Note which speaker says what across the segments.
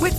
Speaker 1: With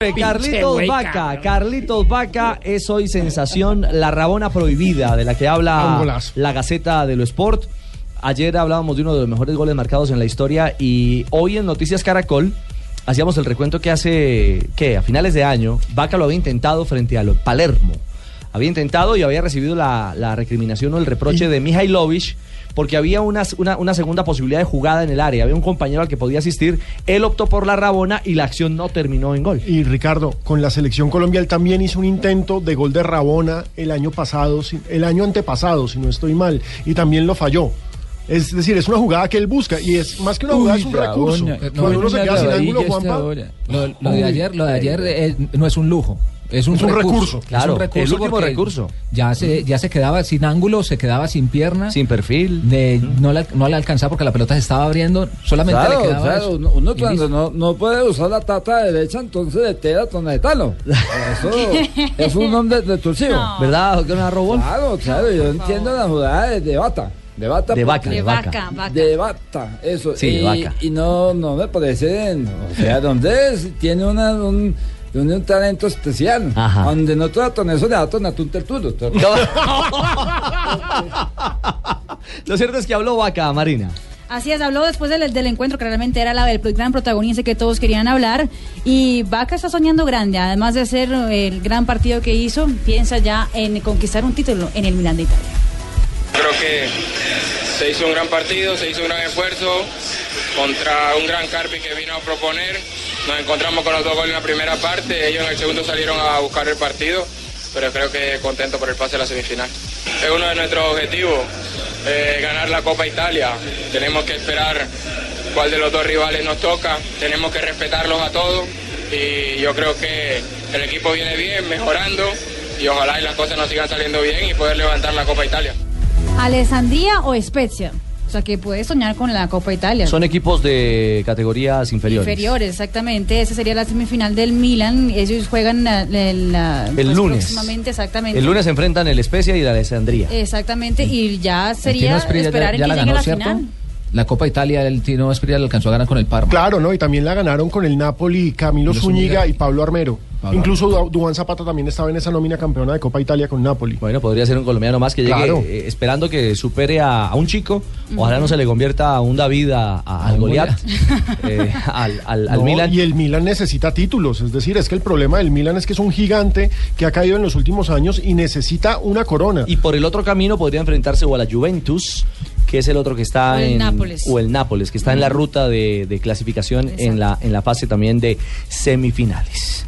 Speaker 2: Carlitos
Speaker 3: güey,
Speaker 2: Vaca,
Speaker 3: cabrón.
Speaker 2: Carlitos Vaca es hoy sensación la rabona prohibida de la que
Speaker 3: Un
Speaker 2: habla
Speaker 3: golazo.
Speaker 2: la Gaceta de lo Sport. Ayer hablábamos de uno de los mejores goles marcados en la historia y hoy en Noticias Caracol hacíamos el recuento que hace que a finales de año Vaca lo había intentado frente a lo- Palermo. Había intentado y había recibido la, la recriminación o el reproche de Mihailovic porque había una, una, una segunda posibilidad de jugada en el área. Había un compañero al que podía asistir. Él optó por la rabona y la acción no terminó en gol.
Speaker 3: Y Ricardo, con la selección Colombia él también hizo un intento de gol de Rabona el año pasado, si- el año antepasado, si no estoy mal, y también lo falló. Es decir, es una jugada que él busca y es más que una jugada, es un recurso. Cuando uno se queda sin ángulo, Juanpa,
Speaker 4: Lo, lo de
Speaker 3: Uy.
Speaker 4: ayer, lo de ayer eh, no es un lujo. Es un,
Speaker 3: Es un recurso.
Speaker 4: recurso.
Speaker 2: Claro,
Speaker 4: es un recurso
Speaker 2: el último
Speaker 4: porque
Speaker 2: recurso.
Speaker 4: Ya se, ya se quedaba sin ángulo, se quedaba sin pierna.
Speaker 2: Sin perfil.
Speaker 4: de- no, la, no la alcanzaba porque la pelota se estaba abriendo. Solamente
Speaker 5: Claro,
Speaker 4: le quedaba
Speaker 5: claro,
Speaker 4: eso.
Speaker 5: uno, uno
Speaker 4: Y
Speaker 5: cuando
Speaker 4: listo.
Speaker 5: no, no puede usar la tata derecha, entonces le tira tonetano. Eso es un hombre retorsivo.
Speaker 2: ¿Verdad, doctor Narrobón?
Speaker 5: Claro, claro, yo entiendo la jugada de, de bata. De bata.
Speaker 2: De vaca,
Speaker 5: porque-
Speaker 2: de vaca.
Speaker 6: Vaca, vaca.
Speaker 5: De bata, eso.
Speaker 2: Sí,
Speaker 5: y,
Speaker 2: de vaca.
Speaker 5: y no, no me parecen. O sea, donde es, tiene una, un, tiene un talento especial.
Speaker 2: Ajá.
Speaker 5: Donde no tratan eso, le tratan a tu tertulo.
Speaker 2: Lo cierto es que habló Vaca, Marina.
Speaker 6: Así es, habló después del, del encuentro, que realmente era la, el gran protagonista que todos querían hablar. Y Vaca está soñando grande, además de hacer el gran partido que hizo, piensa ya en conquistar un título en el Milan de Italia.
Speaker 7: Creo que se hizo un gran partido, se hizo un gran esfuerzo contra un gran Carpi que vino a proponer. Nos encontramos con los dos goles en la primera parte, ellos en el segundo salieron a buscar el partido, pero creo que contento por el pase a la semifinal. Es uno de nuestros objetivos, eh, ganar la Copa Italia. Tenemos que esperar cuál de los dos rivales nos toca, tenemos que respetarlos a todos y yo creo que el equipo viene bien, mejorando y ojalá y las cosas nos sigan saliendo bien y poder levantar la Copa Italia.
Speaker 6: ¿Alessandría o Spezia? O sea, que puede soñar con la Copa Italia.
Speaker 2: Son equipos de categorías inferiores.
Speaker 6: Inferiores, exactamente. Esa sería la semifinal del Milan. Ellos juegan la- la- la-
Speaker 2: El
Speaker 6: pues,
Speaker 2: lunes.
Speaker 6: Próximamente, exactamente.
Speaker 2: El lunes se enfrentan el Especia y la Alessandría.
Speaker 6: Exactamente, y ya
Speaker 4: El Tino
Speaker 6: Eh, sería
Speaker 4: Asprilla ya-
Speaker 6: esperar en
Speaker 4: ya
Speaker 6: que
Speaker 4: la
Speaker 6: llegue
Speaker 4: ganó,
Speaker 6: a la
Speaker 4: ¿cierto?
Speaker 6: final.
Speaker 4: La Copa Italia, el Tino Esprilla la alcanzó a ganar con el Parma.
Speaker 3: claro, ¿no? Y también la ganaron con el Napoli, Camilo
Speaker 4: Camilo
Speaker 3: Zúñiga
Speaker 4: Zúñiga.
Speaker 3: y Pablo Armero.
Speaker 4: Pablo
Speaker 3: Incluso Du- Duván Zapata también estaba en esa nómina campeona de Copa Italia con Napoli.
Speaker 2: Bueno, podría ser un colombiano más que llegue
Speaker 3: Claro.
Speaker 2: eh, esperando que supere a, a un chico. Ojalá no se le convierta a un David, a, a- al
Speaker 4: un
Speaker 2: Goliat, eh, al, al- al
Speaker 3: No,
Speaker 2: Milan.
Speaker 3: Y el Milan necesita títulos, es decir, es que el problema del Milan es que es un gigante que ha caído en los últimos años y necesita una corona.
Speaker 2: Y por el otro camino podría enfrentarse o a la Juventus, que es el otro que está
Speaker 6: O el
Speaker 2: en
Speaker 6: Nápoles.
Speaker 2: o el Nápoles, que está en la ruta de, de clasificación en la, en la fase también de semifinales.